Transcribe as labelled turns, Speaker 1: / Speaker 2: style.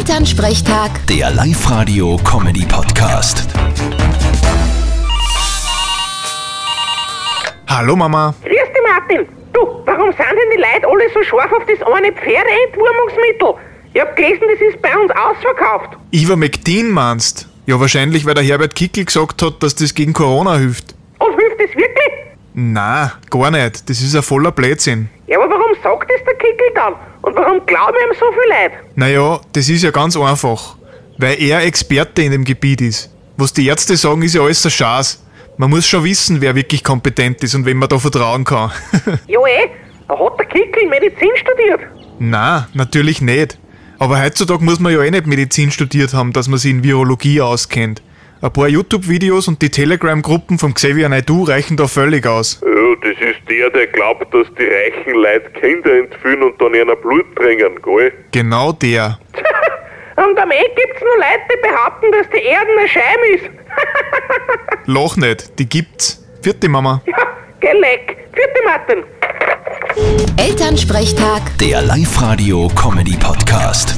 Speaker 1: Elternsprechtag,
Speaker 2: Der Live-Radio-Comedy-Podcast.
Speaker 3: Hallo Mama.
Speaker 4: Grüß dich, Martin. Du, warum sind denn die Leute alle so scharf auf das eine Pferdeentwurmungsmittel? Ich hab gelesen, das ist bei uns ausverkauft.
Speaker 3: Ivermectin meinst? Ja, wahrscheinlich, weil der Herbert Kickl gesagt hat, dass das gegen Corona hilft.
Speaker 4: Und hilft das wirklich?
Speaker 3: Na, gar nicht. Das ist ein voller Blödsinn.
Speaker 4: Ja, aber warum sagt das der Kickel dann? Und warum glauben ihm so viele Leute?
Speaker 3: Naja, das ist ja ganz einfach. Weil er Experte in dem Gebiet ist. Was die Ärzte sagen, ist ja alles ein Schaß. Man muss schon wissen, wer wirklich kompetent ist und wem man da vertrauen kann.
Speaker 4: Ja, eh, da hat der Kickel Medizin studiert.
Speaker 3: Na, natürlich nicht. Aber heutzutage muss man ja eh nicht Medizin studiert haben, dass man sich in Virologie auskennt. Ein paar YouTube-Videos und die Telegram-Gruppen vom Xavier Naidu reichen da völlig aus.
Speaker 5: Ja, das ist der, der glaubt, dass die reichen Leute Kinder entführen und dann ihnen Blut bringen, gell?
Speaker 3: Genau der.
Speaker 4: Und am Ende gibt's nur Leute, die behaupten, dass die Erde eine Scheibe ist.
Speaker 3: Lach nicht, die gibt's. Vierte Mama.
Speaker 4: ja, geleck. Vierte Martin.
Speaker 1: Elternsprechtag.
Speaker 2: Der Live-Radio-Comedy-Podcast.